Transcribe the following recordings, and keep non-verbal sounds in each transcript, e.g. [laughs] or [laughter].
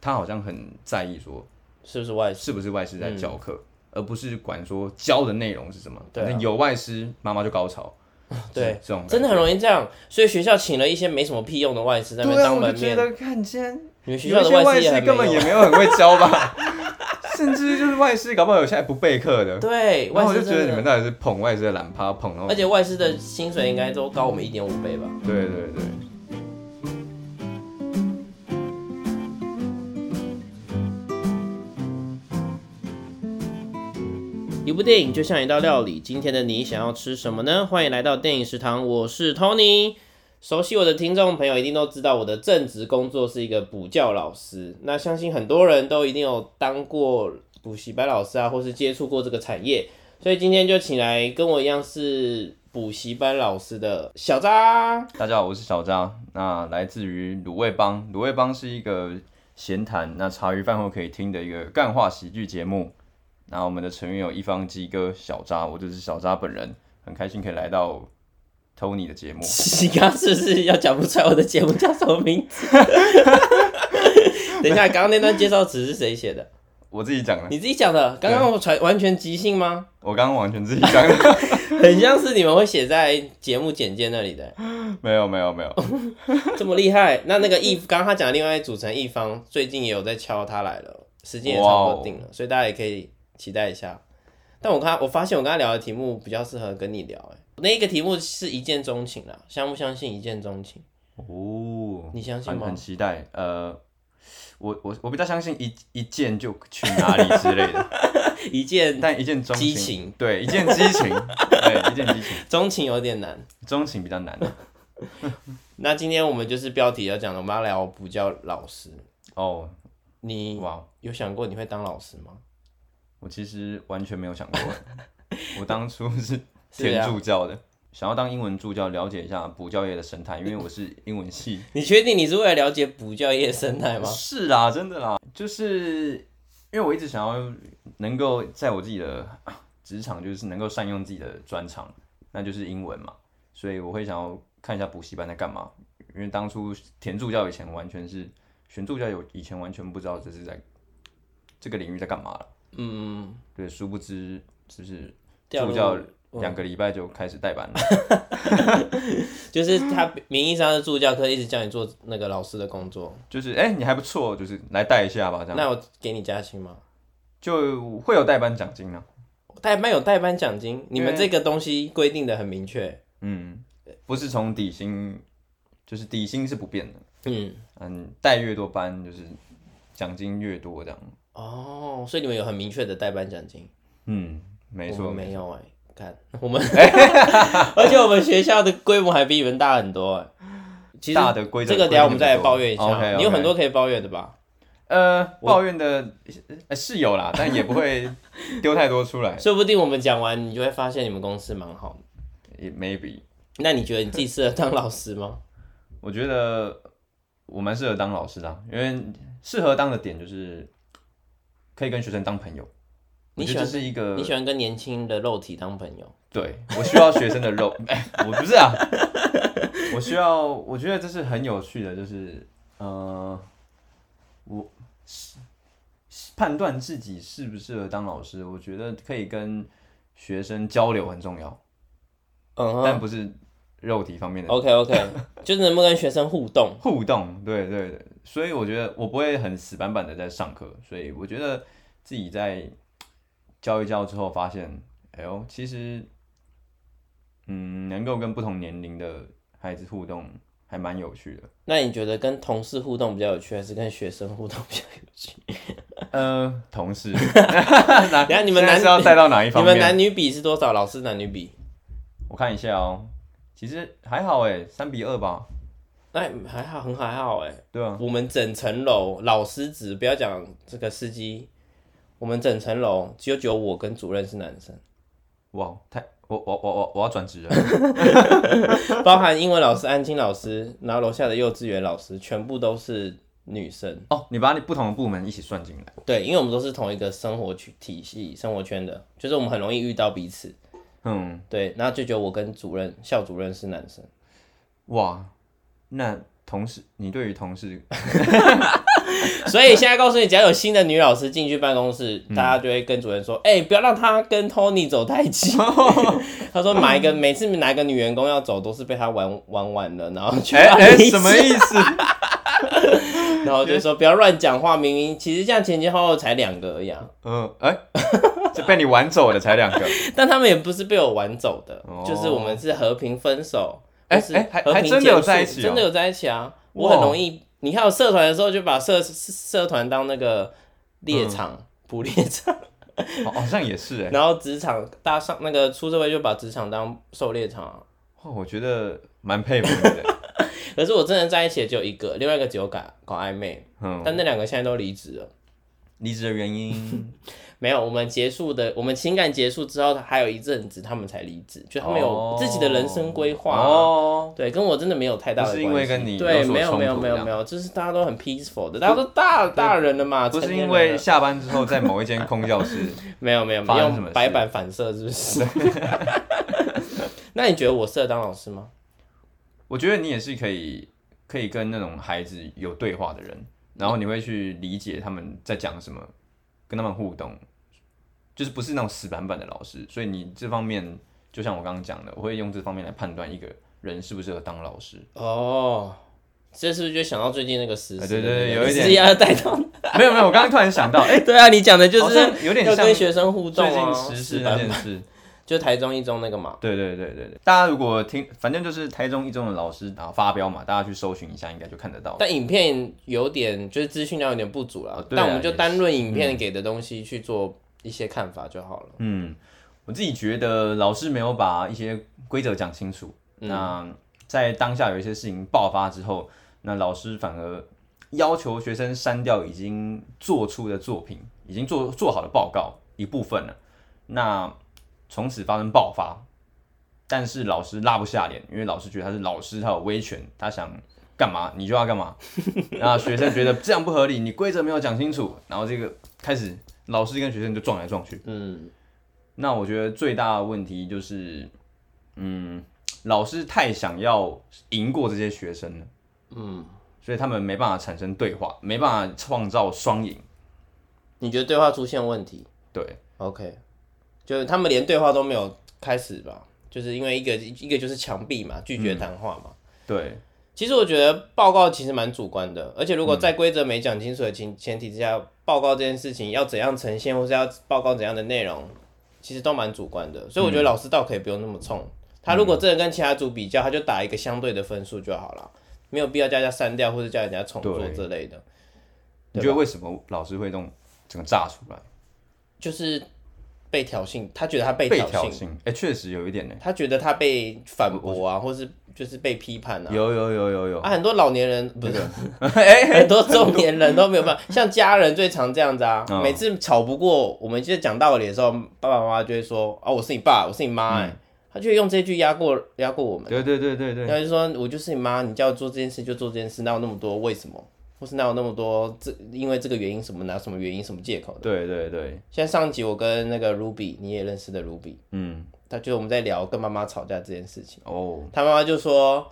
他好像很在意说是不是外是不是外师在教课，而不是管说教的内容是什么。对啊反正有外师，妈妈就高潮。对是啊这种真的很易。容易这样，所以学校请了一些没什么屁用的外师在那边对啊，当我门就觉面。得看今天你们学有校一的些外外师也师很根本没也用啊没有很会教 [laughs] 吧，甚至就是外师搞不好有些还不备课的。对，然外后我师就觉得真你的们到底是捧外师的懒趴捧到，而且外师的薪水应该都高我们一点五倍吧？对对对。一部电影就像一道料理，今天的你想要吃什么呢？欢迎来到电影食堂，我是 Tony。熟悉我的听众朋友一定都知道，我的正职工作是一个补教老师。那相信很多人都一定有当过补习班老师啊，或是接触过这个产业。所以今天就请来跟我一样是补习班老师的小扎。大家好，我是小张，那来自于卤味帮，卤味帮是一个闲谈，那茶余饭后可以听的一个干话喜剧节目。那我们的成员有一方鸡哥、小渣，我就是小渣本人，很开心可以来到 Tony 的节目。你刚刚是不是要讲不出来我的节目叫什么名字？ [laughs] 等一下，刚刚那段介绍词是谁写的？我自己讲的，你自己讲的。刚刚我传完全即兴吗？我刚刚完全自己讲的， [laughs] 很像是你们会写在节目简介那里 [laughs] 的，没有没有没有，这么厉害。那那个一，刚刚他讲的另外一组成一方，最近也有在敲他来了，时间也差不多定哦了，所以大家也可以期待一下。但我看我发现我跟他聊的题目比较适合跟你聊、欸，那一个题目是一见钟情啦，相不相信一见钟情？哦，你相信很很吗？期待。呃，我我我比较相信一一见就去哪里之类的，一见但一见钟激情对，一见激情，对，一见激情，钟情有点难。钟情比较难。那今天我们就是标题要讲的，我们要聊补教老师。哦，你哇，有想过你会当老师吗？我其实完全没有想过， [laughs] 我当初 [laughs] 是是填啊助教的，想要当英文助教，了解一下补教业的生态，因为我是英文系。 [laughs] 你确定你是为了了解补教业生态 [laughs] 吗？是啊，真的啦，就是因为我一直想要能够在我自己的啊职场，就是能够善用自己的专长，那就是英文嘛，所以我会想要看一下补习班在干嘛，因为当初填助教以前完全是选助教，有以前完全不知道这是在这个领域在干嘛了。嗯，对，殊不知就是掉助入教两个礼拜就开始代班了。 [laughs] 就是他名义上是助教课，一直叫你做那个老师的工作。就是哎、你还不错，就是来带一下吧，这样那我给你加薪吗？就会有代班奖金呢、代班有代班奖金，你们对这个东西规定的很明确。嗯，不是从底薪，就是底薪是不变的。嗯，嗯，带越多班就是奖金越多这样。哦，所以你们有很明确的代班奖金。嗯，没我错，们错。没有哎、看我们， [laughs] 而且我们学校的规模还比你们大很多哎、其实大的规则这个等一下我们再来规定抱怨一很多下， OK，OK 你有很多可以抱怨的吧？呃，抱怨的、呃是有啦，但也不会丢太多出来。 [laughs] 说不定我们讲完，你就会发现你们公司蛮好的。也 maybe，那你觉得你自己适合当老师吗？ [laughs] 我觉得我蛮适合当老师的啊、因为适合当的点就是可以跟学生当朋友。我你觉喜得这欢是一个你喜欢跟年轻的肉体当朋友？对我需要学生的肉， [laughs] 哎，我不是啊，我需要，我觉得这是很有趣的，就是呃，我是判断自己适不适合当老师，我觉得可以跟学生交流很重要，嗯但不是肉体方面的 OK OK，就是能不能跟学生互动？互动，对对对，所以我觉得我不会很死板板的在上课，所以我觉得自己在教一教之后，发现，哎呦，其实，嗯，能够跟不同年龄的孩子互动，还蛮有趣的。那你觉得跟同事互动比较有趣，还是跟学生互动比较有趣？呃，同事，等一下你们现在男 [laughs] 是要带到哪一你方们面？男女比是多少？老师男女比？我看一下哦，其实还好哎，三比二吧，那还好，很还好哎、对啊，我们整层楼老师职，不要讲这个司机，我们整层楼只有只有我跟主任是男生，哇，太，我我我我我要转职了，包含英文老师、安青老师，然后楼下的幼稚园老师全部都是女生。哦，你把你不同的部门一起算进来。对，因为我们都是同一个生活区体系、生活圈的，就是我们很容易遇到彼此。嗯，对，然后就只有我跟主任、校主任是男生。 [laughs] [laughs] 哎哇，那同事，你对于同事所以现在告诉你，只要有新的女老师进去办公室，大嗯家就会跟主任说：“哎、不要让她跟 Tony 走 [laughs] 太近。”他说：“哪一个每次哪一个女员工要走，都是被他玩玩完了，然后去哎办哎，公室什么意思？ [laughs] 然后就说不要乱讲话，明明其实这样前前后后才两个而已、啊，嗯，哎，这被你玩走的才两个，但他们也不是被我玩走的，哦就是我们是和平分手，哎或是哎还和平还真的有在一起哦结束真的有在一起啊！我哇很容易，你看我社团的时候就把社社团当那个嗯猎场捕猎场，好好像也是哎。然后职场大上那个出社会就把职场当狩猎场啊、哇哦我觉得蛮佩服你 [laughs] 的，可是我真的在一起的只有一个，另外一个只有搞搞暧昧，嗯，但那两个现在都离职了。离职的原因，没有，我们结束的，我们情感结束之后，还有一阵子他们才离职，就他们有哦自己的人生规 [laughs] 划、啊哦，对，跟我真的没有太大的不关是系。因为跟你对，有所没有冲没有突这没有样没有，就是大家都很 peaceful 的，大家都大大人了嘛，不是成年因人为了下班之后在某一间空教室，没有没有没发有生什么用事白板反射是不是？ [laughs] 那你觉得我适合当老师吗？我觉得你也是可以可以跟那种孩子有对话的人，然后你会去理解他们在讲什么，跟他们互动，就是不是那种死板板的老师。所以你这方面，就像我刚刚讲的，我会用这方面来判断一个人适不适合当老 [laughs] 师。哦，这是不是就想到最近那个时事？哎对对对不有一点是要带到。没有没有，我刚刚突然想到，哎、 [laughs] 对啊，你讲的就好是像有点要像跟学生互动最啊，近时事死那板件事。就台中一中那个嘛。对对对对对，大家如果听，反正就是台中一中的老师啊发飙嘛，大家去搜寻一下，应该就看得到。但影片有点就是资讯量有点不足了，啊对啊但我们就单论影片给的东西去做一些看法就好了。嗯，我自己觉得老师没有把一些规则讲清楚，嗯那在当下有一些事情爆发之后，那老师反而要求学生删掉已经做出的作品，已经做做好的报告一部分了，那从此发生爆发，但是老师拉不下脸，因为老师觉得他是老师，他有威权，他想。干嘛你就要干嘛，那学生觉得这样不合理，你规则没有讲清楚，然后这个开始老师跟学生就撞来撞去，嗯，那我觉得最大的问题就是，嗯，老师太想要赢过这些学生了，嗯，所以他们没办法产生对话，没办法创造双赢。你觉得对话出现问题对， ？OK，就是他们连对话都没有开始吧？就是因为一个一个就是墙壁嘛，拒绝谈话嘛。对，其实我觉得报告其实蛮主观的，而且嗯如果在规则没讲清楚的前前提之下，报告这件事情要怎样呈现，或是要报告怎样的内容，其实都蛮主观的。所以我觉嗯得老师倒可以不用那么冲，他如果真的跟其他组比较，他就打一个相对的分数就好了，没有必要叫人家删掉或者叫人家重做对之类的。你觉得为什么老师会这种整个炸出来？就是被挑衅，他觉得他被被挑挑衅，衅，哎、确实有一点呢、他觉得他被反驳啊，或是就是被批判啊。有有有有有，啊，哎、很多老年人不是 [laughs] [laughs] 哎、很多中年人都没有办法，像家人最常这样子啊，嗯每次吵不过，我们就讲道理的时候，爸爸妈妈就会说：“哦，我是你爸，我是你嗯妈。”哎，他就会用这句压过压过我们，对对对对对，他就说：“我就是你妈，你叫我做这件事就做这件事，哪有那么多为什么，或是哪有那么多这因为这个原因什么拿什么原因什么借口的。对对对，”像上一集我跟那个 Ruby，你也认识的 Ruby，嗯，他就我们在聊跟妈妈吵架这件事情。哦，他妈妈就说，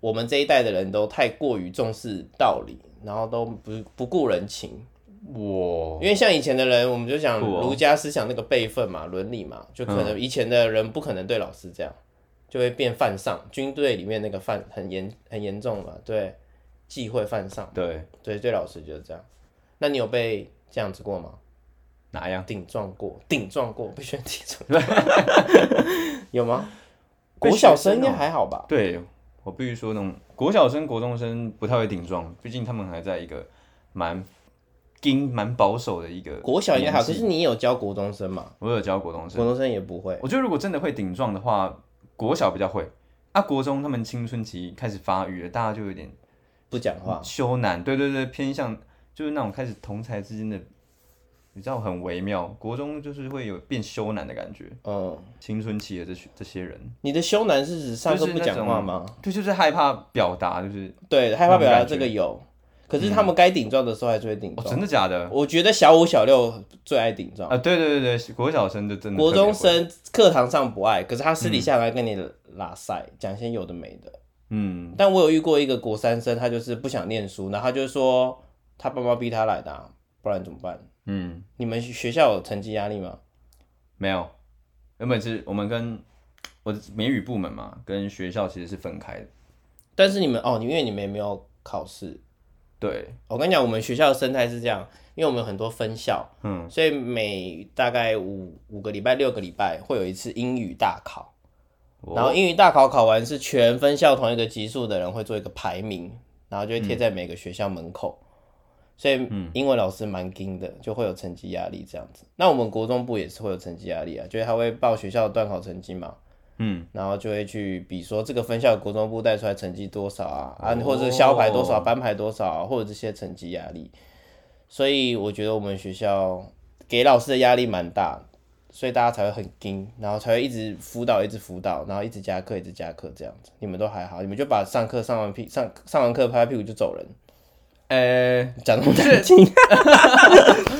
我们这一代的人都太过于重视道理，然后都不不顾人情。我因为像以前的人，我们就讲酷哦儒家思想那个辈分嘛、伦理嘛，就可能以前的人不可能对老师这样，就会变犯上。军队里面那个犯很严很严重嘛，对，忌讳犯上，对对对老师就是这样。那你有被这样子过吗？哪样？顶撞过，顶撞过，被学生顶 [laughs] 撞过，有吗？被国小学生生应该哦还好吧？对我必须说，那种国小生、国中生不太会顶撞，毕竟他们还在一个蛮硬、蛮保守的一个国小应该还好，可年纪是你也有教国中生嘛？我有教国中生，国中生也不会。我觉得如果真的会顶撞的话，国小比较会。啊，国中他们青春期开始发育了，大家就有点不讲话。羞赧，对对对，偏向就是那种开始同才之间的，你知道很微妙。国中就是会有变羞赧的感觉，嗯，青春期的这群这些人，你的羞男是指上课就是不那讲种话吗？对，就是害怕表达，就是对，害怕表达那种感觉嗯这个有，可是他们该顶撞的时候还是会顶哦，撞。真的假的？我觉得小五、小六最爱顶撞，啊，对对对对，国小生就真的国特别中会，生课堂上不爱，可是他私底下来跟你拉塞，讲些有的没的。嗯，但我有遇过一个国三生，他就是不想念书，然后他就说。他爸妈逼他来的、啊，不然怎么办？嗯，你们学校有成绩压力吗？没有，原本是我们跟我美语部门嘛，跟学校其实是分开的。但是你们哦，因为你们也没有考试。对，我跟你讲，我们学校的生态是这样，因为我们有很多分校，嗯，所以每大概五五个礼拜、六个礼拜会有一次英语大考。然后我英语大考考完是全分校同一个级数的人会做一个排名，然后就会贴在每个学校门口。嗯所以英文老师蛮盯的，就会有成绩压力这样子。那我们国中部也是会有成绩压力啊，就是他会报学校的段考成绩嘛，嗯，然后就会去比说这个分校的国中部带出来成绩多少啊，啊，哦或者是校排多少、班排多少、啊，或者这些成绩压力。所以我觉得我们学校给老师的压力蛮大的，所以大家才会很盯，然后才会一直辅导，一直辅导，然后一直加课，一直加课这样子。你们都还好，你们就把上课上完屁上上完课拍拍屁股就走人，呃、讲那么难听，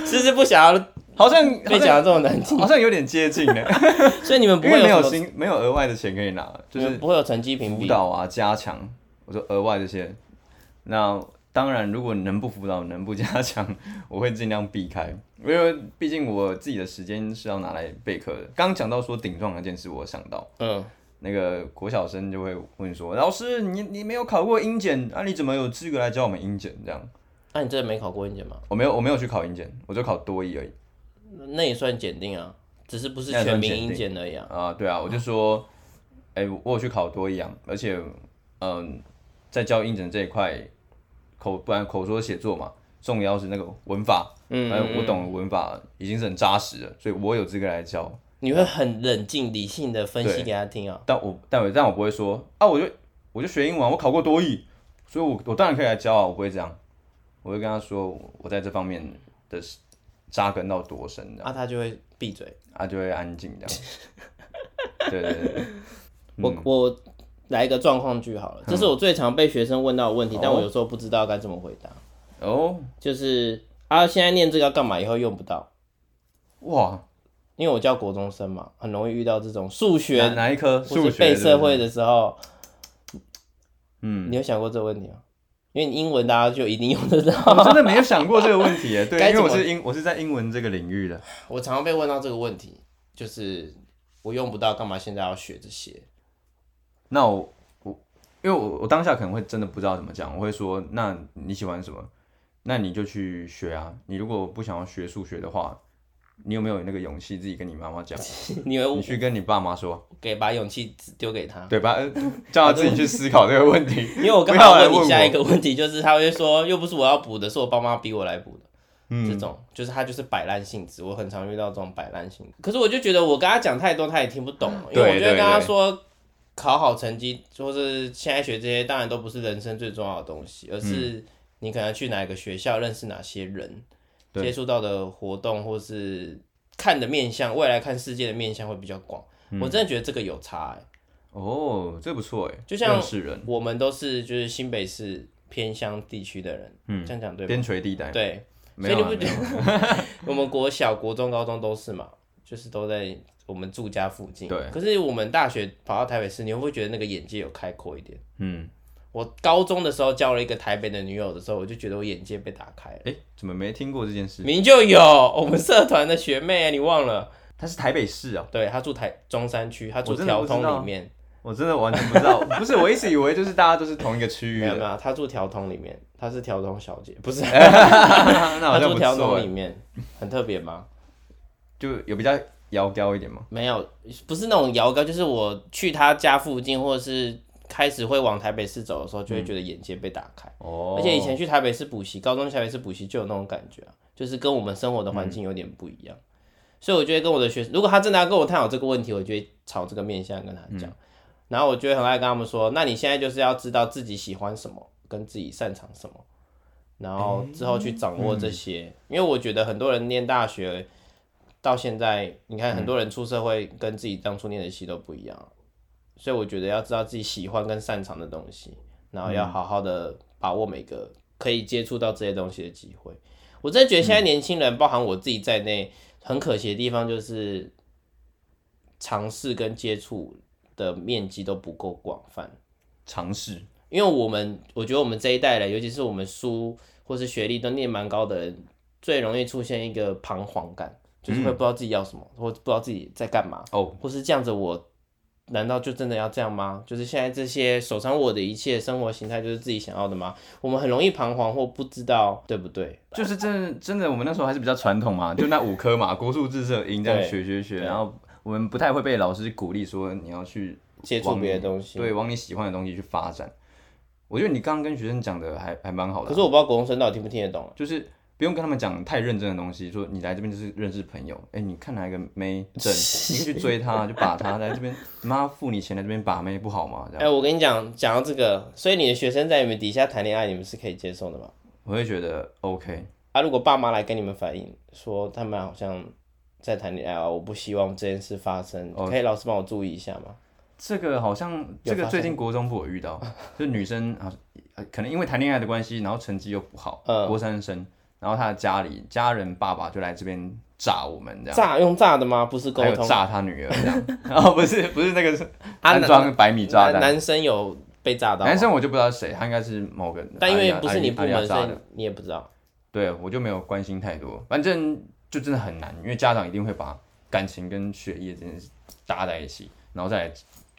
是不是不想要好像好被像讲的这么难 [laughs] 听？好像有点接近呢，所以你们 [laughs] 不因会为没有什么薪没有额外的钱可以拿，就你们是不会有成绩评辅比，导啊、加强，我说额外这些。那当然，如果能不辅导、能不加强，我会尽量避开，因为毕竟我自己的时间是要拿来备课的。刚讲到说顶撞那件事，我想到。嗯，那个国小生就会问说：“老师，你你没有考过英检，啊，你怎么有资格来教我们英检？”这样，啊那、你真的没考过英检吗？我没有我没有去考英检，我就考多一而已。那也算检定啊，只是不是那也全算民检英定检而已啊。啊、对啊，我就说，哎、我我有去考多一样，而且，嗯，在教英检这一块，口不然口说写作嘛，重要是那个文法，嗯嗯，我懂的文法已经是很扎实了，所以我有资格来教。你会很冷静、理性的分析对给他听啊。但我但我但我不会说啊，我就我就学英文，我考过多译，所以我我当然可以来教啊，我不会这样，我会跟他说我在这方面的扎根到多深的，啊，他就会闭嘴。他、就会安静这样。对对对对，我嗯我来一个状况句好了，这是我最常被学生问到的问题，但我有时候不知道该怎么回答。哦就是啊，现在念这个要干嘛？以后用不到，哇，因为我教国中生嘛，很容易遇到这种数哪学哪一科或数是学背对不社对会的时候，嗯，你有想过这个问题吗？因为你英文大家就一定用得 [laughs] 我到。 [laughs] 真的没有想过这个问题耶，对，该因为怎我么是英我是在英文这个领域的，我常常被问到这个问题，就是我用不到，干嘛现在要学这些？ [laughs] 那我我因为我我当下可能会真的不知道怎么讲，我会说那你喜欢什么，那你就去学啊。你如果不想要学数学的话，你有没有那个勇气自己跟你妈妈讲？你以为你我去跟你爸妈说，给把勇气丢给他？对吧？呃叫他自己去思考这个问题。因为我刚不要好来问问你我下一个问题，就是他会说，又不是我要补的，是我爸妈逼我来补的。嗯这种就是他就是摆烂性质，我很常遇到这种摆烂性质。可是我就觉得我跟他讲太多，他也听不懂，因为对我就会对跟他对说，考好成绩或是现在学这些，当然都不是人生最重要的东西，而嗯是你可能去哪个学校认识哪些人，对接触到的活动或是看的面向，未来看世界的面向会比较嗯广。我真的觉得这个有差、欸，哦，这不错哎，就像认识人，我们都是就是新北市偏乡地区的人，嗯这样讲对吗？边陲地带，对，没所以有你啦不没觉有啦，啊得 [laughs] 我们国小、国中、高中都是嘛，就是都在我们住家附近。对可是我们大学跑到台北市，你会不会觉得那个眼界有开阔一点？嗯，我高中的时候交了一个台北的女友的时候，我就觉得我眼界被打开了。哎，怎么没听过这件事？明明就有我们社团的学妹啊，你忘了？他是台北市啊，对，她住台中山区，她住我真的条不知道通里面，我真的完全不知道，不是，我一直以为就是大家都是同一个区域没有没的，有，她住条通里面，她是条通小姐，不是？ [laughs] 那好她像住不条错通欸里，面，很特别吗？就有比较摇高一点嘛。没有，不是那种摇高，就是我去他家附近，或者是开始会往台北市走的时候，就会觉得眼界被打开。哦而且以前去台北市补习，高中去台北市补习就有那种感觉啊，就是跟我们生活的环境有点不一样。所以我就会跟我的学生，如果他真的要跟我探讨这个问题，我就会朝这个面向跟他讲。然后我就会很爱跟他们说，那你现在就是要知道自己喜欢什么，跟自己擅长什么，然后之后去掌握这些。因为我觉得很多人念大学到现在，你看很多人出社会跟自己当初念的系都不一样，所以我觉得要知道自己喜欢跟擅长的东西，然后要好好的把握每个可以接触到这些东西的机会。我真的觉得现在年轻人，包含我自己在内，很可惜的地方就是尝试跟接触的面积都不够广泛。尝试，因为我们我觉得我们这一代人，尤其是我们书或是学历都念蛮高的人，最容易出现一个彷徨感，就是会不知道自己要什么，或不知道自己在干嘛，嗯哦，或是这样子我。难道就真的要这样吗？就是现在这些手掌握的一切生活形态，就是自己想要的吗？我们很容易彷徨或不知道对不对。就是真的真的，我们那时候还是比较传统嘛，就那五科嘛， [laughs] 国术、智、社、英这样对学学学，对然后我们不太会被老师鼓励说你要去接触往别的你东西对，往你喜欢的东西去发展。我觉得你刚刚跟学生讲的还还蛮好的啊、可是我不知道国中生到底听不听得懂。就是不用跟他们讲太认真的东西，说你来这边就是认识朋友，哎、你看哪一个妹正，你就去追她，就把她来这边，妈付你钱来这边把妹不好吗？这哎、样，我跟你讲，讲到这个，所以你的学生在你们底下谈恋爱，你们是可以接受的吗？我会觉得 OK，啊，如果爸妈来跟你们反映说他们好像在谈恋爱啊，我不希望这件事发生，哦可以老师帮我注意一下吗？这个好像有这个发最生近国中部我遇 [laughs] 到，就女生啊，呃可能因为谈恋爱的关系，然后成绩又不好，嗯国三生，然后她的家里家人爸爸就来这边炸我们这样。炸用炸的吗？不是沟还有通，炸他女儿这样， [laughs] 然后不是不是那个是啊安装百米炸男弹，男生有被炸到吗，男生哎我就不知道是谁，他应该是某个，但因为阿里不是你部阿里阿门，扎所的以你也不知道。对我就没有关心太多，反正就真的很难，因为家长一定会把感情跟学业这件事搭在一起，然后再来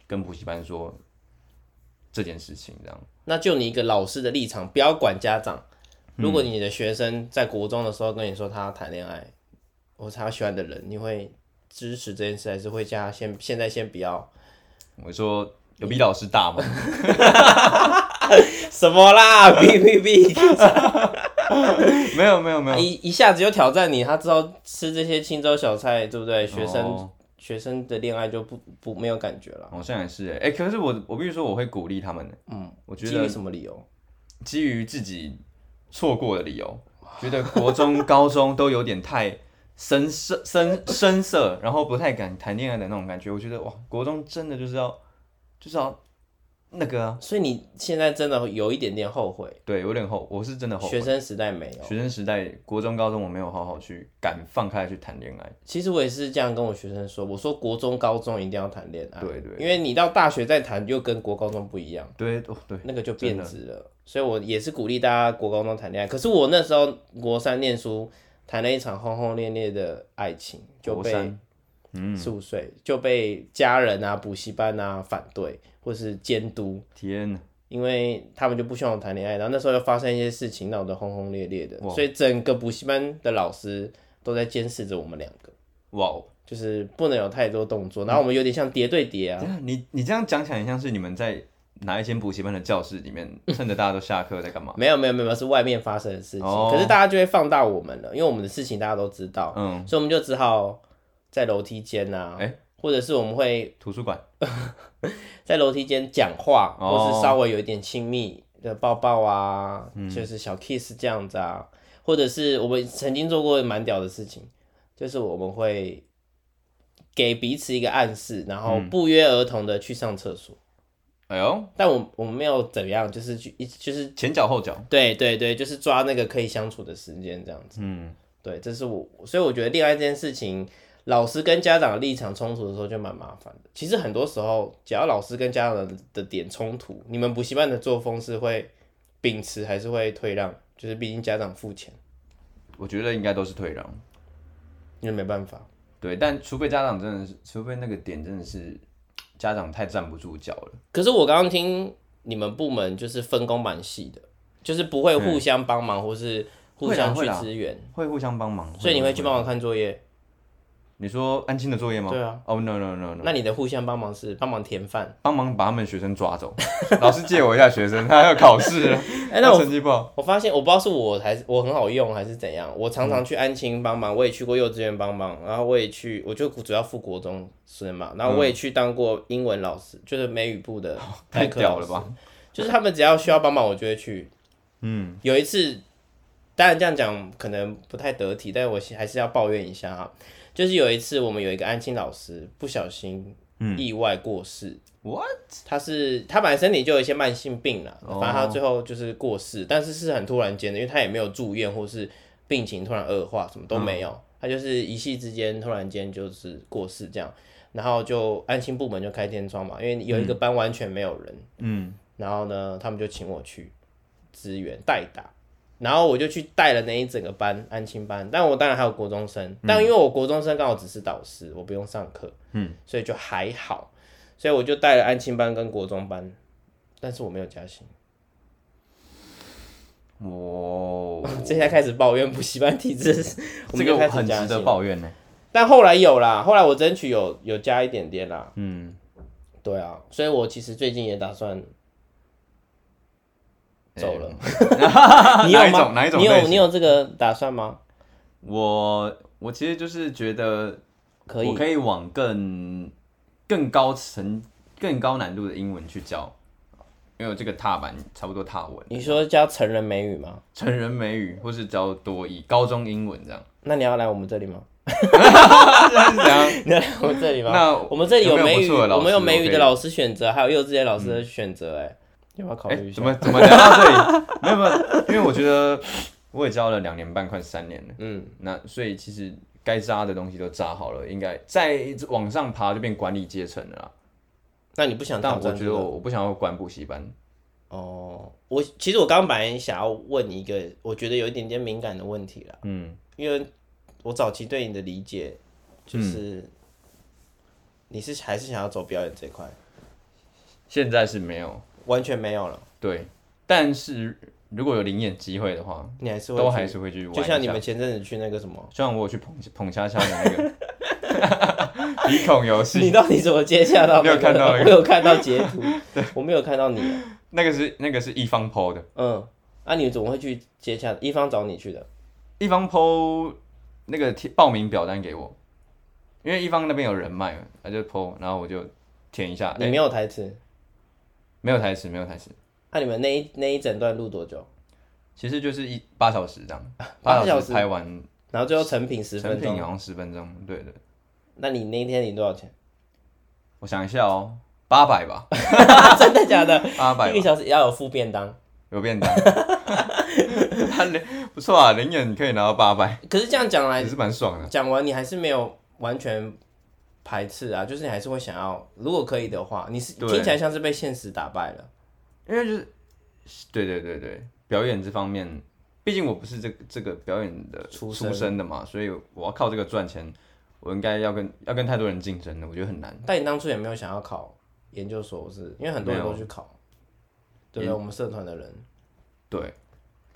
跟补习班说这件事情，这样那就你一个老师的立场，不要管家长。嗯如果你的学生在国中的时候跟你说他要谈恋爱，或是他喜欢的人，你会支持这件事，还是会叫他先现在先不要？ [laughs] 我说有比老师大吗？什么啦？ [laughs] 哔哔哔！没有没有没有，啊一一下子就挑战你，他知道吃这些青州小菜，对不对？学生、哦学生的恋爱就不不没有感觉了。好像也是哎、欸可是我我必须说我会鼓励他们的，嗯，我觉基得于什么理由？基于自己错过的理由，觉得国中、高中都有点太深色、深深色，然后不太敢谈恋爱的那种感觉。我觉得哇，国中真的就是要就是要那个啊，所以你现在真的有一点点后悔，对，有点后，我是真的后悔。学生时代没有。学生时代，国中、高中我没有好好去敢放开去谈恋爱，其实我也是这样跟我学生说，我说国中、高中一定要谈恋爱，对对因为你到大学再谈又跟国高中不一样，对，哦对，那个就变质了。所以我也是鼓励大家国高中谈恋爱。可是我那时候国三念书，谈了一场轰轰烈烈的爱情，就国被三嗯十五岁就被家人啊、补习班啊反对或是监督，天哪，因为他们就不希望我谈恋爱。然后那时候又发生一些事情，闹得轰轰烈烈的，哇所以整个补习班的老师都在监视着我们两个。哇哦！就是不能有太多动作，然后我们有点像叠对叠 [laughs] 啊等，一下你你这样讲起来，很像是你们在哪一间补习班的教室里 [laughs] 面，趁着大家都下课在干嘛？没有没有没有是外面发生的事情，哦可是大家就会放大我们了，因为我们的事情大家都知道，嗯，所以我们就只好在楼梯间啊，哎或者是我们会图书馆在楼梯间讲话，哦或是稍微有一点亲密的抱抱啊，嗯就是小 kiss 这样子啊，或者是我们曾经做过蛮屌的事情，就是我们会给彼此一个暗示，然嗯后不约而同的去上厕所。哎呦，但我我们没有怎样，就是去一就是前脚后脚，对对对，就是抓那个可以相处的时间这样子。嗯，对，这是我，所以我觉得恋爱这件事情，老师跟家长的立场冲突的时候就蛮麻烦的。其实很多时候，只要老师跟家长的的点冲突，你们补习班的作风是会秉持还是会退让？就是毕竟家长付钱，我觉得应该都是退让。因为没办法。对，但除非家长真的是，除非那个点真的是家长太站不住脚了。可是我刚刚听你们部门就是分工蛮细的，就是不会互相帮忙或是互嗯会啦相会去啦支援，会互相帮忙，所以你会去帮忙？忙看作业。你说安亲的作业吗？对啊。哦、no no no no，那你的互相帮忙是帮忙填饭。帮忙把他们学生抓走。 [laughs] 老师借我一下学生，他要考试了， [laughs] 哎、那他我成绩不好。我发现我不知道是我还是我很好用还是怎样，我常常去安亲帮忙，我也去过幼稚园帮忙，然后我也去，我就主要负国中生嘛，然嗯后我也去当过英文老师，就是美语部的代哦太课屌老了师，吧！就是他们只要需要帮忙，我就会去。嗯，有一次，当然这样讲可能不太得体，但我还是要抱怨一下啊。就是有一次，我们有一个安亲老师不小心嗯意外过世。 What？他是他本来身体就有一些慢性病啦，哦反正他最后就是过世，但是是很突然间的，因为他也没有住院或是病情突然恶化，什么都没有，嗯他就是一夕之间突然间就是过世这样。然后就安心部门就开天窗嘛，因为有一个班完全没有人，嗯，然后呢，他们就请我去支援代打，然后我就去带了那一整个班安亲班，但我当然还有国中生，嗯但因为我国中生刚好只是导师，我不用上课，嗯，所以就还好，所以我就带了安亲班跟国中班，但是我没有加薪。 [laughs] 我这下开始抱怨补习班体 [laughs] 制， [laughs] 我这们就个开始很加值得薪。抱怨呢。但后来有啦，后来我争取有有加一点点啦，嗯，对啊，所以我其实最近也打算走了。哎你有哪一吗？种哪一种你类有型你有这个打算吗？ [laughs] 我我其实就是觉得可我以，可以往更更高层、更高难度的英文去教，因为我这个踏板差不多踏稳。你说教成人美语吗？成人美语或是教多语、高中英文这样， [laughs] 那你要来我们这里吗？ [laughs] 是怎样？你要来我们这里吗？那我们这里有没有美不语，错的老我们有师美语我可的以老师选择，还有幼稚园老师的选择，哎，要不要考哎、虑一下怎？么怎么聊到这里？ [laughs] 没有没有，因为我觉得我也教了两年半，快三年了。嗯，那所以其实该扎的东西都扎好了，应该再往上爬就变管理阶层了啦。那你不想但挑我战觉这得个？我我不想要管补习班。哦，我其实我刚刚本来想要问你一个，我觉得有一点点敏感的问题啦，嗯，因为我早期对你的理解就是，嗯你是还是想要走表演这块，现在是没有完全没有了，对，但是如果有零演机会的话，你还是会都去还是会去玩一就下。像你们前阵子去那个什么，就像我有去捧捧恰恰的那个 [laughs] 鼻孔游戏，你到底怎么接洽到、那你有个？看到那我有看到截 [laughs] 图，我没有看到你。那个是那个是一方 PO 的，嗯，啊，你怎么会去接洽？一方找你去的？一方 PO 那个贴报名表单给我，因为一方那边有人脉，他就 PO，然后我就填一下，你哎、没有台词？没有台词，没有台词，那、你们那一那一整段录多久？，其实就是一八小时这样八八小时时拍完然后最后成品十成分品哦钟。好像十分钟，对的，那你那一天领多少钱？ [laughs] 我想一下哦，八百吧，真的假的？八百一个小时也要有副便当。有便当， [laughs] 他零不错啊，零眼可以拿到八百，可是这样讲来也是蛮爽的。讲完，你还是没有完全排斥啊，就是你还是会想要，如果可以的话，你是对听起来像是被现实打败了。因为就是，对对对对，表演这方面，毕竟我不是这个这个表演的出身身的嘛，所以我要靠这个赚钱，我应该要跟要跟太多人竞争的，我觉得很难。但你当初也没有想要考研究所，是因为很多人没都有去考，对不对？我们社团的人，对，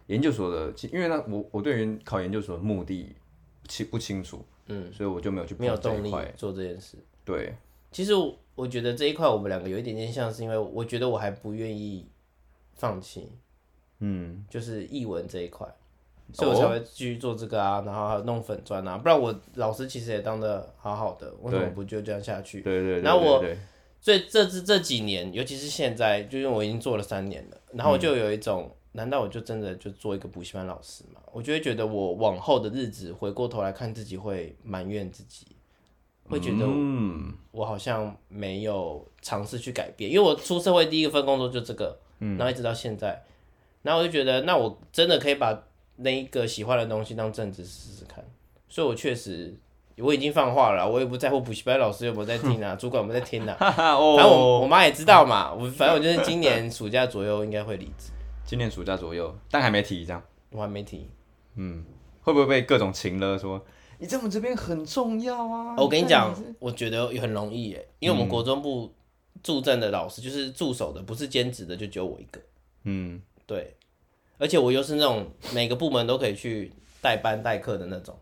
研究所的，其因为呢，我我对于考研究所的目的清不清楚，嗯，所以我就没有去没有碰这动一力块。做这件事。对，其实我我觉得这一块我们两个有一点点像，是因为我觉得我还不愿意放弃，嗯，哦就是译文这一块，所以我才会继续做这个啊，然后还有弄粉砖啊，不然我老师其实也当的好好的，为什么对不就这样下去对？对对然后我对对所以这这这几年，尤其是现在，就因为我已经做了三年了，然后我就有一种，难道我就真的就做一个补习班老师吗？我就会觉得我往后的日子，回过头来看自己，会埋怨自己，会觉得嗯，我好像没有尝试去改变，因为我出社会第一份工作就这个，然后一直到现在，然后我就觉得，那我真的可以把那一个喜欢的东西当正职试试看，所以我确实。我已经放话了，我也不在乎补习班老师有没有在听啊，主管有没有在听啊，哈哈反正哦，我我妈也知道嘛，我反正我就是今年暑假左右应该会离职，今年暑假左右，但还没提这样，我还没提。会不会被各种情了说？你在我们这边很重要啊！哦我跟你看讲，我觉得也很容易耶，因为我们国中部助政的老师就是助手的，不是兼职的，就只有我一个。嗯，对，而且我又是那种每个部门都可以去代班代课的那种，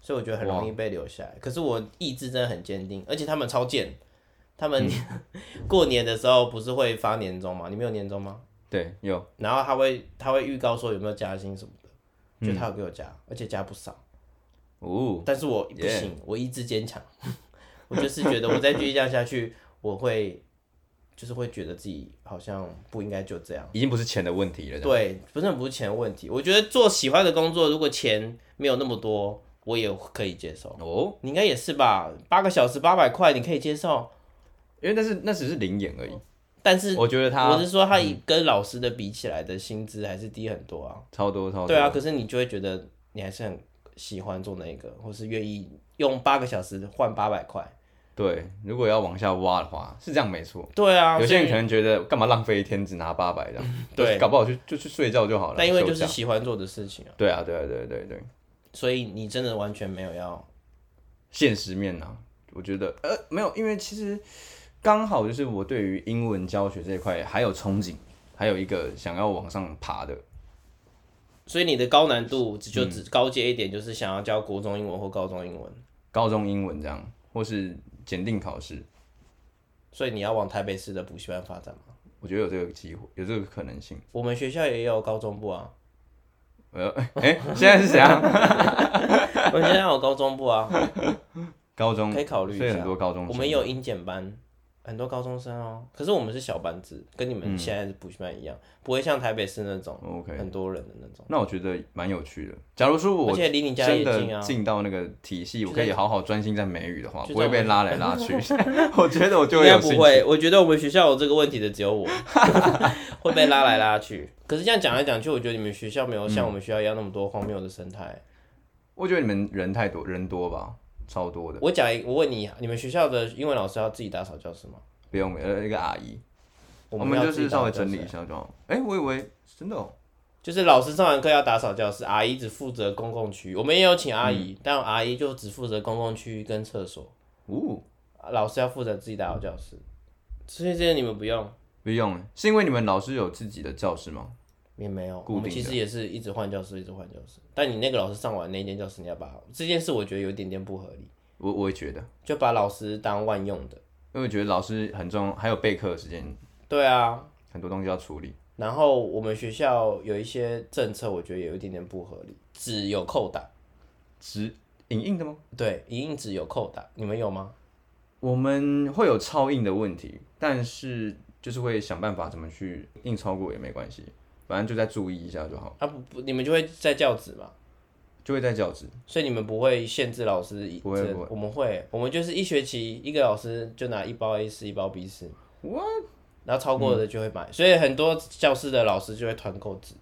所以我觉得很容易被留下来。可是我意志真的很坚定，而且他们超贱。他们 [laughs] 过年的时候不是会发年终吗？你们有年终吗？对，有。然后他会他会预告说有没有加薪什么的，就他有给我加，而且加不少，哦，但是我不行我意志坚强， [laughs] 我就是觉得我再继续这样下去， [laughs] 我会就是会觉得自己好像不应该就这样。已经不是钱的问题了。对，不是不是钱的问题，我觉得做喜欢的工作，如果钱没有那么多，我也可以接受。哦，你应该也是吧？八个小时八百块，你可以接受，因为但是那只是零演而已。但是我觉得我他是说，他以跟老师的比起来的薪资还是低很多啊。超多超多。对啊，可是你就会觉得你还是很喜欢做那个，或是愿意用八个小时换八百块，对，如果要往下挖的话，是这样没错。对啊，有些人可所以能觉得干嘛浪费一天只拿八百这样， [laughs] 对就是搞不好就就去睡觉就好了。但因为就休是假喜欢做的事情啊，对啊，对啊，对啊对啊对啊，所以你真的完全没有要现实面呢、我觉得呃没有，因为其实刚好就是我对于英文教学这一块还有憧憬，还有一个想要往上爬的。所以你的高难度只就只嗯高阶一点，就是想要教国中英文或高中英文，高中英文这样，或是检定考试，所以你要往台北市的补习班发展嘛。我觉得有这个机会，有这个可能性。我们学校也有高中部啊，呃，哎、现在是怎样？ [laughs] 我们现在有高中部哦啊，高中可以考虑一所以很下。多高中生我们也有英检班，很多高中生哦。可是我们是小班制，跟你们现在的补习班一样，不会像台北市那种嗯 OK，很多人的那种。那我觉得蛮有趣的。假如说而我且离你家也真近的啊，进到那个体系，就我可以好好专心在美语的话，就在不会被拉来拉 [laughs] 去。 [laughs] 我觉 [laughs] 得我就应会该有不兴趣。会。啊我觉得我们学校有这个问题的只有我， [laughs] 会被拉来拉去。可是这样讲来讲去，我觉得你们学校没嗯有像我们学校一样那么多荒谬的生态。我觉得你们人太多，人多吧，超多的。我讲一，我问你，你们学校的英文老师要自己打扫教室吗？不用，呃，一个阿姨，我们要就自己是打稍扫微教室整理一下就好。哎、我以为真的、哦，就是老师上完课要打扫教室，阿姨只负责公共区域。我们也有请阿嗯姨，但阿姨就只负责公共区域跟厕所，哦，老师要负责自己打扫教室。所以这些你们不用，不用，是因为你们老师有自己的教室吗？也没有。固我们定其的实也是一直换教室，一直换教室。但你那个老师上完那间教室，你要把这件事，我觉得有一点点不合理。我我也觉得，就把老师当万用的。因为我觉得老师很重要，还有备课的时间，对啊，很多东西要处理。然后我们学校有一些政策，我觉得有一点点不合理，只有扣打。只影印的吗？对，一定只有扣打，你们有吗？我们会有超印的问题，但是就是会想办法怎么去印超过也没关系，反正就再注意一下就好，啊不不，你们就会在教职嘛，就会在教职。所以你们不会限制老师一。不会这不会我们会，我们就是一学期一个老师就拿一包 A 四，一包 B 四。然后超过嗯的就会买，所以很多教室的老师就会团购纸，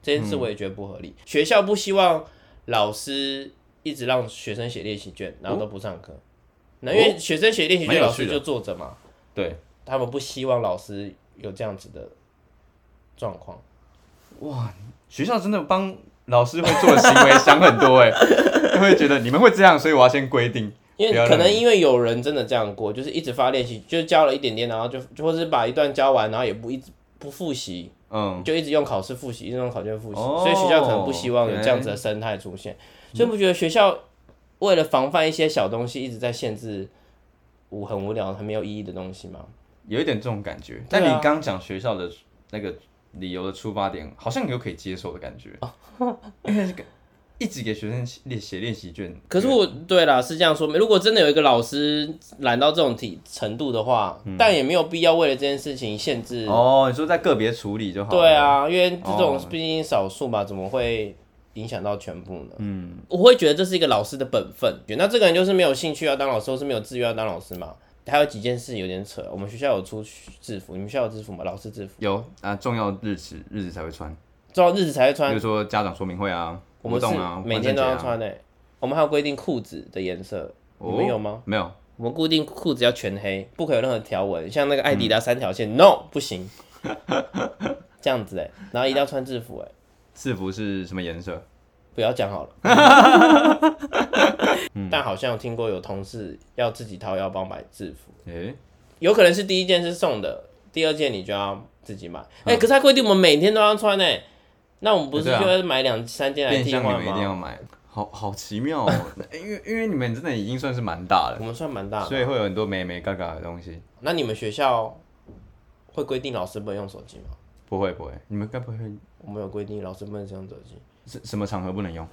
这件事嗯我也觉得不合理。学校不希望老师一直让学生写练习卷，然后都不上课，那、因为学生写练习哦蛮卷，有老趣师就坐着嘛，对，他们不希望老师有这样子的状况。学校真的帮老师会做的行为想很多 [laughs] 哎，就会觉得你们会这样，所以我要先规定。因不要为让可能因为有人真的这样过，就是一直发练习，就教了一点点，然后就或是把一段教完，然后也不一直不复习，嗯，就一直用考试复习，一直用考卷复习，哦所以学校可能不希望有这样子的生态出现。所以不觉得学校为了防范一些小东西，一直在限制无很无聊、很没有意义的东西吗？有一点这种感觉。对但啊你刚讲学校的那个理由的出发点，好像有可以接受的感觉，哦 [laughs] 因为这个一直给学生写写练习卷，可是我对啦，是这样说，如果真的有一个老师懒到这种体程度的话，嗯但也没有必要为了这件事情限制。哦，你说在个别处理就好了。对啊，因为这种哦毕竟少数嘛，怎么会影响到全部呢？嗯，我会觉得这是一个老师的本分。那这个人就是没有兴趣要当老师，或是没有志愿要当老师嘛？还有几件事有点扯，我们学校有出制服，你们学校有制服吗？老师制服，有啊，重要日子日子才会穿，知道日子才会比穿如，说家长说明会啊，我活们嗯是动啊，每天都万要圣节啊。哦穿诶、我们还有规定裤子的颜色，你们有吗？没有，我们固定裤子要全黑，不可以有任何条纹，像那个艾迪嗯达三条线、n o [laughs] 不行，这样子诶、欸然后一定要穿制服诶、欸制服是什么颜色？不要讲好了。 [laughs] 嗯但好像有听过有同事要自己掏腰包买制服，诶、有可能是第一件是送的，第二件你就要自己买。哎、可是他规定我们每天都要穿呢、那我们不是对啊就要买两三件来变替相你换们一定吗？要买，好好奇妙哦。因为因为你们真的已经算是蛮大我了，们算蛮大所的。啊以会有很多美美嘎嘎的东西。那你们学校会规定老师不能用手机吗？不会不会，你们该不会我们有规定老师不能使用手机，什什么场合不能用？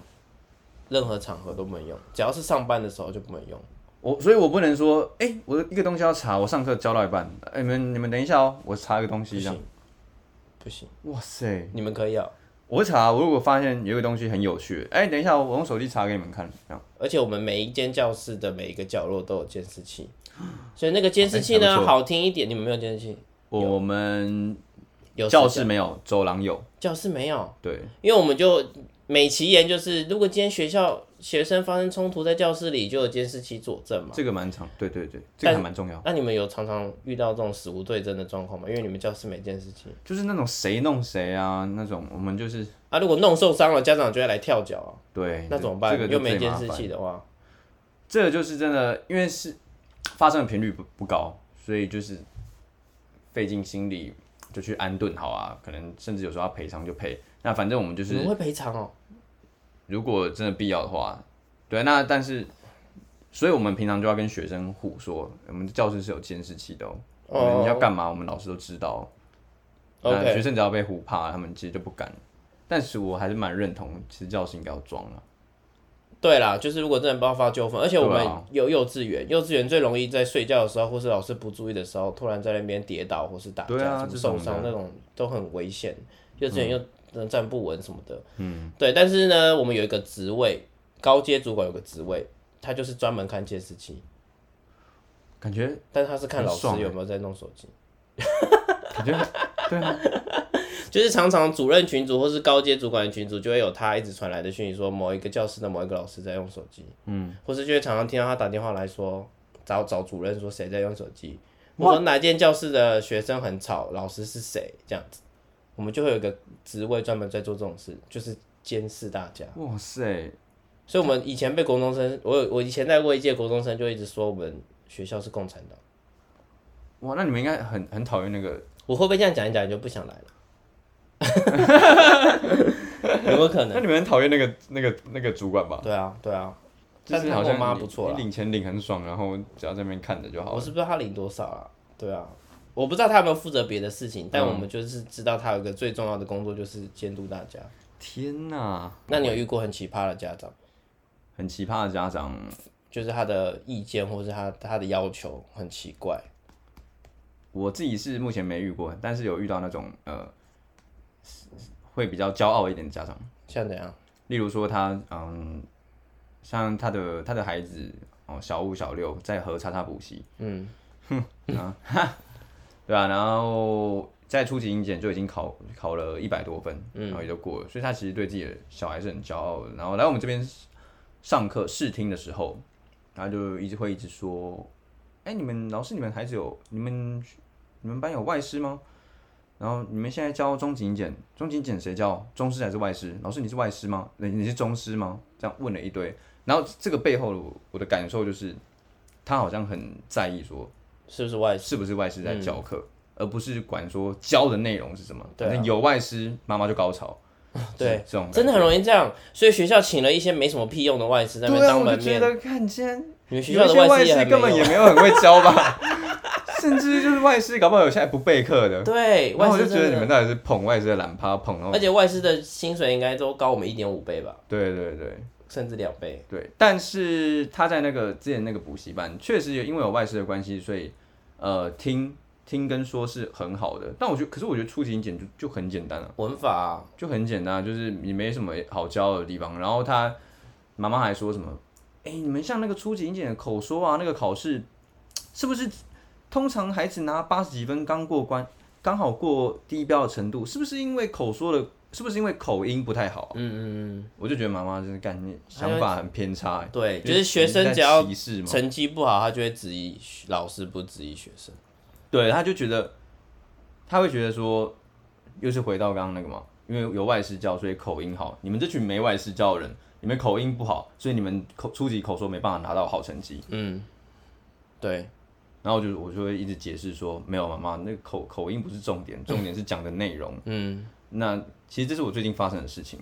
任何场合都不能用，只要是上班的时候就不能用。我所以，我不能说，哎、我一个东西要查，我上课教到一半，哎、你们你们等一下哦，我查一个东不西这样。行，不行，哇塞，你们可以啊、我会查，我如果发现有一个东西很有趣，哎、等一下，我用手机查给你们看，这样而且我们每一间教室的每一个角落都有监视器，所以那个监视器啊哎还呢，不错好听一点。你们没有监视器？我们有哦教室室没有，走廊有，教室没有，对，因为我们就美其言就是，如果今天学校学生发生冲突在教室里就有监视器佐证嘛。这个蛮长，对对对，这个还蛮重要。那你们有常常遇到这种死无对证的状况吗？因为你们教室没监视器就是那种谁弄谁啊，那种我们就是啊，如果弄受伤了，家长就会来跳脚啊，对，那怎么办？这个就又没最监麻视烦器的话，这个就是真的，因为是发生的频率不不高，所以就是费尽心力就去安顿好啊，可能甚至有时候要赔偿就赔。那反正我们就你是们会赔偿哦。如果真的必要的话，对，啊那但是，所以我们平常就要跟学生互说，我们教室是有监视器的哦，我们要干嘛，我们老师都知道哦。那 OK 学生只要被唬怕，他们其实就不敢。但是我还是蛮认同，其实教室应该要装啊了。对啦，就是如果真的爆发纠纷，而且我们对啊有幼稚园，幼稚园最容易在睡觉的时候，或是老师不注意的时候，突然在那边跌倒或是打对架、啊什么这受种伤的嗯那种都很危险。幼稚园又呃站不稳什么的，嗯，对。但是呢，我们有一个职位，高阶主管有个职位，他就是专门看监视器，感 [laughs] 觉但是他是看很老师爽欸有没有在弄手机。感觉很对啊， [laughs] 就是常常主任群组或是高阶主管群组就会有他一直传来的讯息，说某一个教室的某一个老师在用手机，嗯，或是就会常常听到他打电话来说找找主任说谁在用手机，我说哪间教室的学生很吵，老师是谁这样子，我们就会有一个职位专门在做这种事，就是监视大家。啊哇塞，所以我们以前被国中生，我有我以前带过一届国中生，就一直说我们学校是共产党。哇，那你们应该很很讨厌那个我会不会这样讲一讲你就不想来了？ [laughs] 有没有可能？那你们很讨厌那个那个那个主管吧？对啊，对啊，就但是是他好跟我像妈你不错啦你，领钱领很爽，然后只要在那边看着就好我了。是不知道他领多少啊，对啊，我不知道他有没有负责别的事情，嗯但我们就是知道他有一个最重要的工作就是监督大家。天哪，那你有遇过很奇葩的家长，很奇葩的家长，就是他的意见或是他他的要求很奇怪，我自己是目前没遇过，但是有遇到那种呃，会比较骄傲一点的家长，像怎样？例如说他嗯，像他的他的孩子哦，小五小六在和叉叉补习，嗯，对啊，然后在初级英检就已经考考了一百多分，然后也就过了，所以他其实对自己的小孩是很骄傲的。然后来我们这边上课试听的时候，然后就一直会一直说：“哎，你们老师，你们孩子有你们你们班有外师吗？然后你们现在教中级英检，中级英检谁教？中师还是外师？老师你是外师吗？你你是中师吗？这样问了一堆。然后这个背后我我的感受就是，他好像很在意说。是不是外嗯是不是外师在教课，而不是管说教的内容是什么。对啊反正有外师，妈妈就高潮。 [laughs] 对是 [laughs] 这种真的很容容易这样，所以学校请了一些没什么屁用的外师在那对边啊，当我门就觉面。得看今天你们学校有一的些师师也根本很没也用没有很会教吧， [laughs] 甚至就是外师搞不好有些还不备课的。对，然外后我就师觉真得的你们到底是捧外师的懒趴捧到而，且外师的薪水应该都高我们一点五倍吧，对对对甚至两倍。对。但是他在那个之前那个补习班，确实也因为有外师的关系，所以呃听听跟说是很好的。但我觉得，可是我觉得初级英检就就很简单啊。文法啊、就很简单，就是你没什么好教的地方。然后他妈妈还说什么：“哎、你们像那个初级英检的口说啊，那个考试是不是通常孩子拿八十几分刚过关，刚好过低标的程度，是不是因为口说的，是不是因为口音不太好啊嗯嗯？”我就觉得妈妈真的干，你想法很偏差、欸嗯，。对，你就是学你生在只要歧视嘛，成绩不好，他就会质疑老师，不质疑学生。对，他就觉得他会觉得说，又是回到刚刚那个嘛，因为有外事教，所以口音好。你们这群没外事教的人，你们口音不好，所以你们口初级口说没办法拿到好成绩。嗯，对，然后我就我就会一直解释说，没有妈妈，那个口口音不是重点，重点是讲的内容。嗯，那其实这是我最近发生的事情。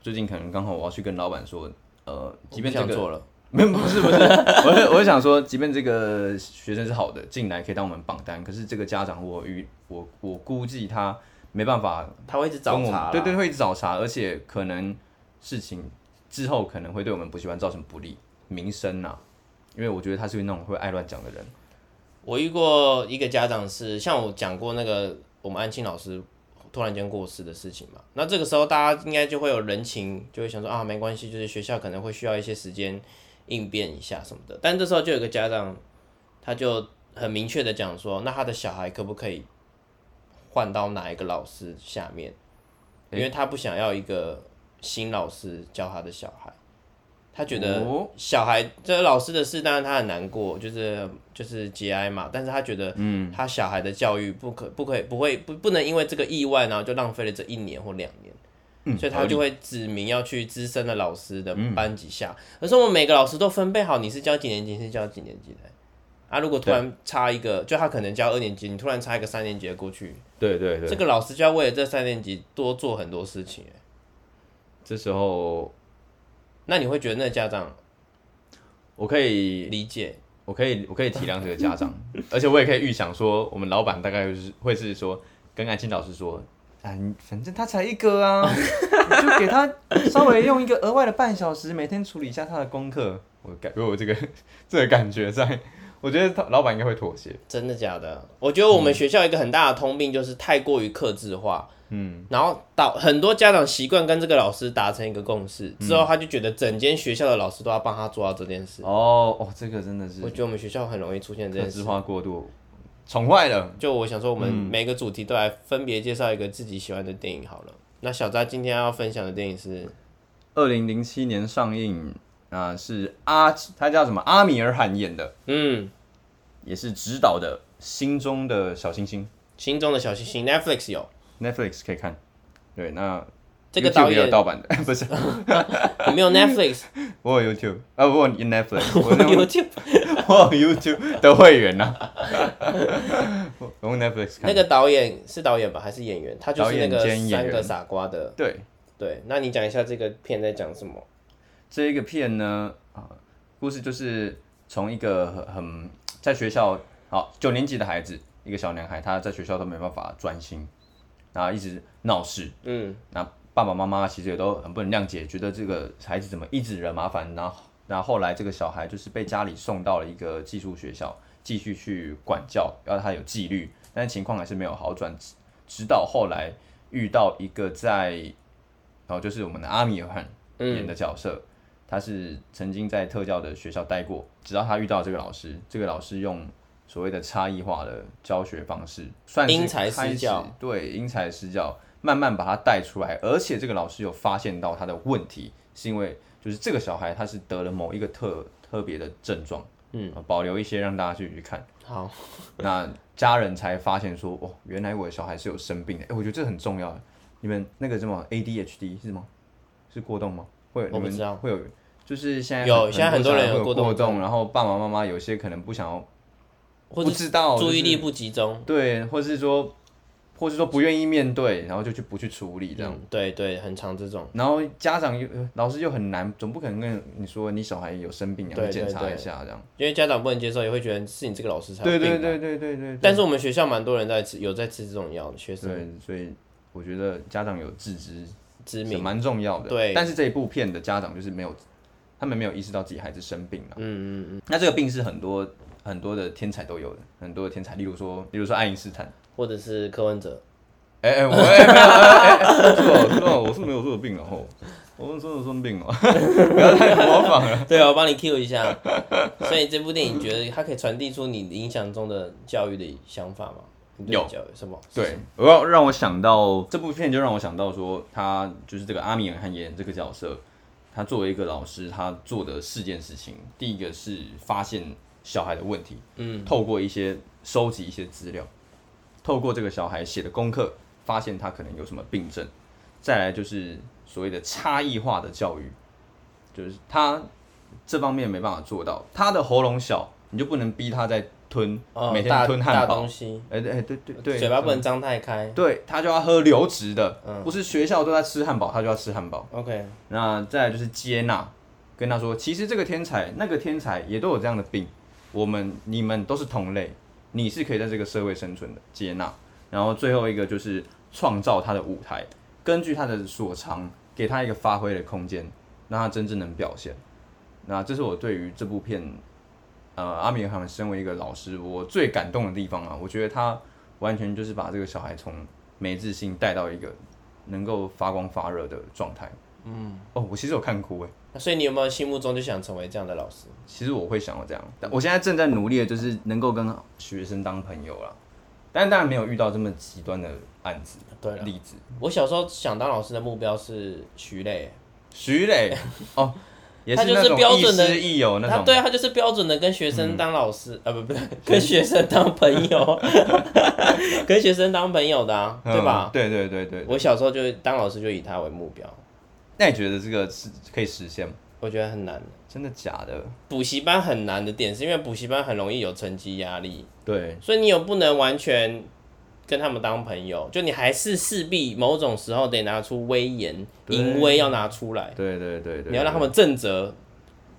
最近可能刚好我要去跟老板说，呃，即便我这不想个做了，没有，不是不 [laughs] 是，我是我是想说，即便这个学生是好的，进来可以当我们榜单，可是这个家长我与我我估计他没办法他会一直跟我找们茬啦。对对，会一直找茬，而且可能事情之后可能会对我们补习班造成不利名声呐、啊因为我觉得他是那种会爱乱讲的人，我遇过一个家长是，像我讲过那个我们安庆老师突然间过世的事情嘛，那这个时候大家应该就会有人情，就会想说啊，没关系，就是学校可能会需要一些时间应变一下什么的。但这时候就有个家长，他就很明确的讲说，那他的小孩可不可以换到哪一个老师下面？因为他不想要一个新老师教他的小孩。他觉得哦小孩这老师的事，当然他很难过，就是就是节哀嘛。但是他觉得，嗯，他小孩的教育不可不可以不会不不能因为这个意外，然后就浪费了这一年或两年。嗯所以合他理嗯就会指明要去资深的老师的班级下，可是我们每个老师都分配好你是教几年级，是教几年级的。啊，如果突然差一个，就他可能教二年级，你突然差一个三年级的过去，对对对，这个老师就要为了这三年级多做很多事情。欸这时候那你会觉得那个家长我可以理解？我可以，我可以体谅这个家 [laughs] 长，而且我也可以预想说，我们老板大概就是会是说，跟安青老师说，啊，你反正他才一个 [laughs] 啊，你就给他稍微用一个额外的半小时，每天处理一下他的功课。我感我有这个 [laughs] 这个感觉在，我觉得他老板应该会妥协。真的假的？我觉得我们学校一个很大的通病就是太过于克制化，嗯，然后导很多家长习惯跟这个老师达成一个共识，嗯之后他就觉得整间学校的老师都要帮他做到这件事。哦哦，这个真的是我觉得我们学校很容易出现这克件制事。化过度，宠坏了。就我想说，我们每个主题都来分别介绍一个自己喜欢的电影好嗯了。那小扎今天要分享的电影是二零零七年上映，啊、是阿他叫什么阿米尔汗演的，嗯，也是执导的《心中的小星星心中的小星星，Netflix 有》，Netflix ，Netflix 可以看。对，那这个导 YouTube 也有演盗版的， [laughs] 不是我没有 Netflix，我有 YouTube 啊，我有 Netflix，[laughs] 我我用有 YouTube 我有 YouTube 的会员呐、 [laughs] 我我用 Netflix 看。那个导演是导演吧，还是演员？他就是那个导演兼演三员个傻瓜的。对对，那你讲一下这个片在讲什么？这一个片呢，啊，故事就是从一个很很在学校好九年级的孩子，一个小男孩，他在学校都没办法专心，然后一直闹事，嗯，那爸爸妈妈其实也都很不能谅解，觉得这个孩子怎么一直惹麻烦，然后然后后来这个小孩就是被家里送到了一个寄宿学校，继续去管教，要他有纪律，但是情况还是没有好转，直直到后来遇到一个在，然后就是我们的阿米尔汗演的角色，他是曾经在特教的学校待过，直到他遇到这个老师，这个老师用。所谓的差异化的教学方式，算是因材施开始教，对因材施教，慢慢把他带出来，而且这个老师有发现到他的问题，是因为就是这个小孩他是得了某一个特特别的症状，嗯，保留一些让大家去去看，好， [laughs] 那家人才发现说，哦，原来我的小孩是有生病的，哎、我觉得这很重要。你们那个什么 ADHD 是吗？是过动吗？会有我你不们知道会有，就是现在有很现在很多小孩人有会有过动动，然后爸爸妈妈有些可能不想要，或不者知道注就意是力不集中。对，或是说，或是说不愿意面对，然后就去不去处理这样。嗯，对对，很常这种。然后家长又呃老师又很难，总不可能跟你说你小孩有生病，你对要检查对对一下这样。因为家长不能接受，也会觉得是你这个老师才有对病对吧对对对对。但是我们学校蛮多人在吃，有在吃这种药的学生对，所以我觉得家长有自知知是名。蛮重要的。对但是这一部片的家长就是没有，他们没有意识到自己孩子生病了。嗯嗯嗯。那这个病是很多很多的天才都有的，很多的天才，例如说，例如说爱因斯坦。或者是柯文哲， [laughs] 哎哎，我哎没有哎哎，是我是我我是没有这个病然后我是真的生病了，不要太模仿了。对啊，我帮你 Q 一下。所以这部电影觉得它可以传递出你影响中的教育的想法吗？你对有教育什么？对，我要让我想到这部片，就让我想到说，他就是这个阿米尔汗演这个角色，他作为一个老师，他做的四件事情，第一个是发现小孩的问题，嗯，透过一些收集一些资料，透过这个小孩写的功课，发现他可能有什么病症，再来就是所谓的差异化的教育，就是他这方面没办法做到，他的喉咙小，你就不能逼他在吞，哦，每天大吞大汉堡。东西，哎、对哎对对对，嘴巴不能张太开。对他就要喝流质的，不是学校都在吃汉堡，他就要吃汉堡。 OK，那再来就是接纳，跟他说，其实这个天才、那个天才也都有这样的病，我们、你们都是同类，你是可以在这个社会生存的，接纳。然后最后一个就是创造他的舞台，根据他的所长，给他一个发挥的空间，让他真正能表现。那这是我对于这部片，呃，阿米尔汗身为一个老师，我最感动的地方啊，我觉得他完全就是把这个小孩从没自信带到一个能够发光发热的状态。嗯，哦，我其实有看哭诶，那所以你有没有心目中就想成为这样的老师？其实我会想要这样，但我现在正在努力的就是能够跟学生当朋友啦，但当然没有遇到这么极端的案子，对了例子。我小时候想当老师的目标是徐磊， [laughs] 徐磊，哦，也他是就那是种标亦准的师亦友哦那他种。嗯对啊他就是标准的跟学生当老师、啊，不不，跟学生当朋友， [laughs] 跟学生当朋友的、啊，嗯对吧？对对对对。我小时候就当老师就以他为目标，那你觉得这个是可以实现吗？我觉得很难。真的假的？补习班很难的点是因为补习班很容易有成绩压力，对，所以你有不能完全跟他们当朋友，就你还是势必某种时候得拿出威严，对淫威要拿出来，对对对对。你要让他们正则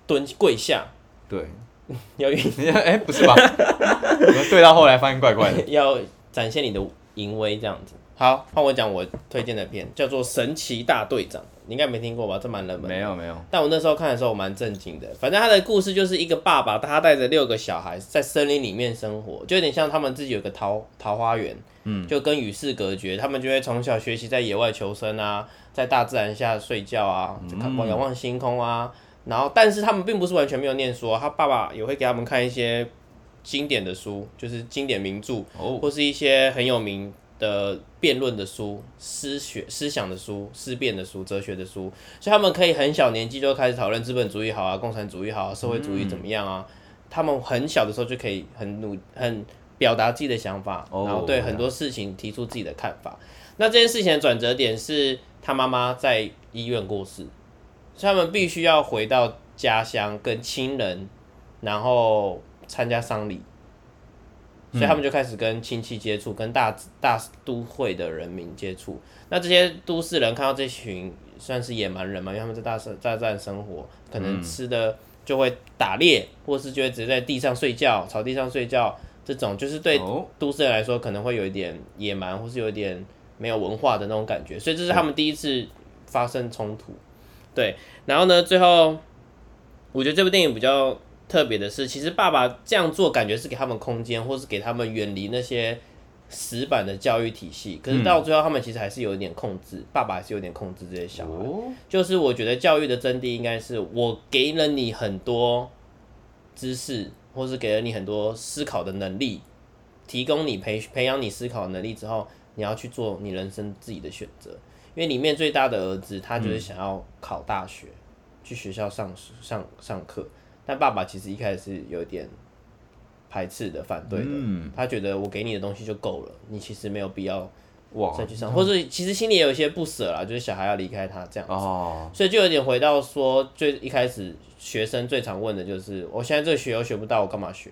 蹲跪下， [laughs] 对。 [laughs] 要运你哎、不是吧？ [laughs] 怎么对到后来发现怪怪的。 [laughs] 要展现你的淫威这样子。好，换我讲我推荐的片，叫做《神奇大队长》，你应该没听过吧？这蛮冷门的。没有没有，但我那时候看的时候，我蛮震惊的。反正他的故事就是一个爸爸，他带着六个小孩在森林里面生活，就有点像他们自己有个桃桃花源，嗯，就跟与世隔绝。他们就会从小学习在野外求生啊，在大自然下睡觉啊，就看仰望星空啊。然后，但是他们并不是完全没有念书哦，他爸爸也会给他们看一些经典的书，就是经典名著，哦或是一些很有名的辩论的书、思学思想的书、思辨的书、哲学的书，所以他们可以很小年纪就开始讨论资本主义好啊、共产主义好啊、社会主义怎么样啊。他们很小的时候就可以很努很表达自己的想法，哦然后对很多事情提出自己的看法。那这件事情的转折点是他妈妈在医院过世，所以他们必须要回到家乡跟亲人，然后参加丧礼。所以他们就开始跟亲戚接触，跟大大都会的人民接触。那这些都市人看到这群算是野蛮人嘛，因为他们在大山大自然生活，可能吃的就会打猎，或是就会直接在地上睡觉，草地上睡觉，这种就是对哦都市人来说可能会有一点野蛮，或是有一点没有文化的那种感觉，所以这是他们第一次发生冲突。对，然后呢，最后我觉得这部电影比较特别的是，其实爸爸这样做感觉是给他们空间，或是给他们远离那些死板的教育体系，可是到最后他们其实还是有一点控制，爸爸还是有点控制这些小孩。哦，就是我觉得教育的真谛应该是我给了你很多知识，或是给了你很多思考的能力，提供你培培养你思考的能力之后，你要去做你人生自己的选择。因为里面最大的儿子，他嗯就是想要考大学，去学校上上上课，但爸爸其实一开始是有点排斥的、反对的。嗯他觉得我给你的东西就够了，你其实没有必要哇再去上，或是其实心里也有一些不舍啦，就是小孩要离开他这样。哦，所以就有点回到说，最一开始学生最常问的就是，我现在这个学又学不到，我干嘛学？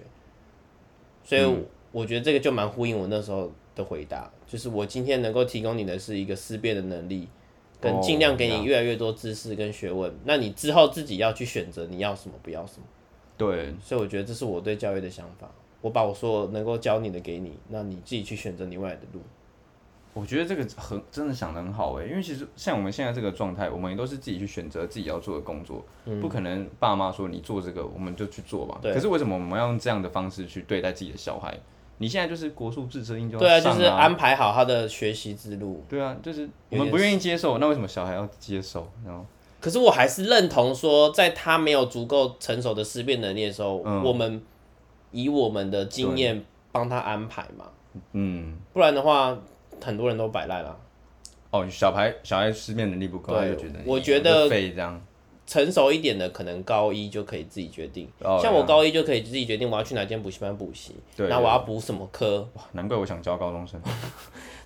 所以嗯我觉得这个就蛮呼应我那时候的回答，就是我今天能够提供你的是一个思辨的能力，跟哦尽量给这你样越来越多知识跟学问。那你之后自己要去选择你要什么，不要什么。对，所以我觉得这是我对教育的想法。我把我所有能够教你的给你，那你自己去选择你未来的路。我觉得这个很真的想的很好哎，因为其实像我们现在这个状态，我们也都是自己去选择自己要做的工作，不可能爸妈说你做这个我们就去做吧。嗯对可是为什么我们要用这样的方式去对待自己的小孩？你现在就是国术自身应就对啊，要就上是安排好他的学习之路。对啊，就是我有们点不愿意接受，那为什么小孩要接受？然后可是我还是认同说，在他没有足够成熟的思辨能力的时候，嗯我们以我们的经验帮他安排嘛，嗯，不然的话，很多人都摆烂了。啊哦，小孩小孩思辨能力不够，他对就觉得我你觉得就废这样。成熟一点的，可能高一就可以自己决定。哦像我高一就可以自己决定我要去哪间补习班补习，对然后我要补什么科，哇，难怪我想教高中生。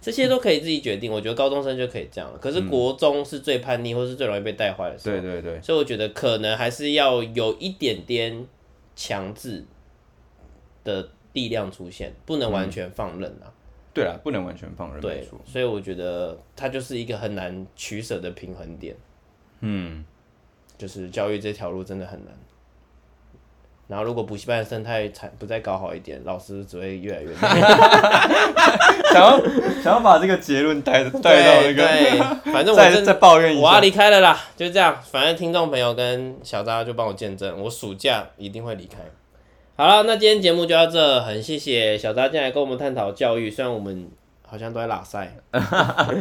这些都可以自己决定。我觉得高中生就可以这样了。可嗯是国中是最叛逆，或是最容易被带坏的时候。对对对，所以我觉得可能还是要有一点点强制的力量出现，不能完全放任啊。对啦，不能完全放任，嗯没对错。，所以我觉得它就是一个很难取舍的平衡点，嗯，就是教育这条路真的很难。然后，如果补习班的生态才不再搞好一点，老师只会越 [laughs] 来越累。想要想要把这个结论带带到那个，对，对反正 [laughs] 我再真再抱怨一我要下。离开了啦，就这样。反正听众朋友跟小扎就帮我见证，我暑假一定会离开。好了，那今天节目就到这，很谢谢小扎进来跟我们探讨教育，虽然我们好像都在拉 [laughs] 塞。好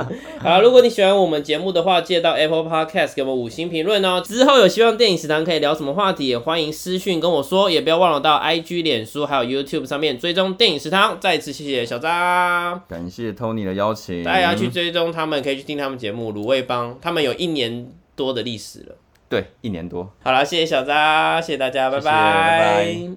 啦如果你喜欢我们节目的话，记得到 Apple Podcast 给我们五星评论哦。之后有希望电影食堂可以聊什么话题，也欢迎私讯跟我说，也不要忘了到 IG、脸书还有 YouTube 上面追踪电影食堂。再一次谢谢小扎。感谢 Tony 的邀请，大家要去追踪他们，可以去听他们节目《卤味帮》，他们有一年多的历史了。对，一年多。好了，谢谢小扎，谢谢大家，谢谢拜拜拜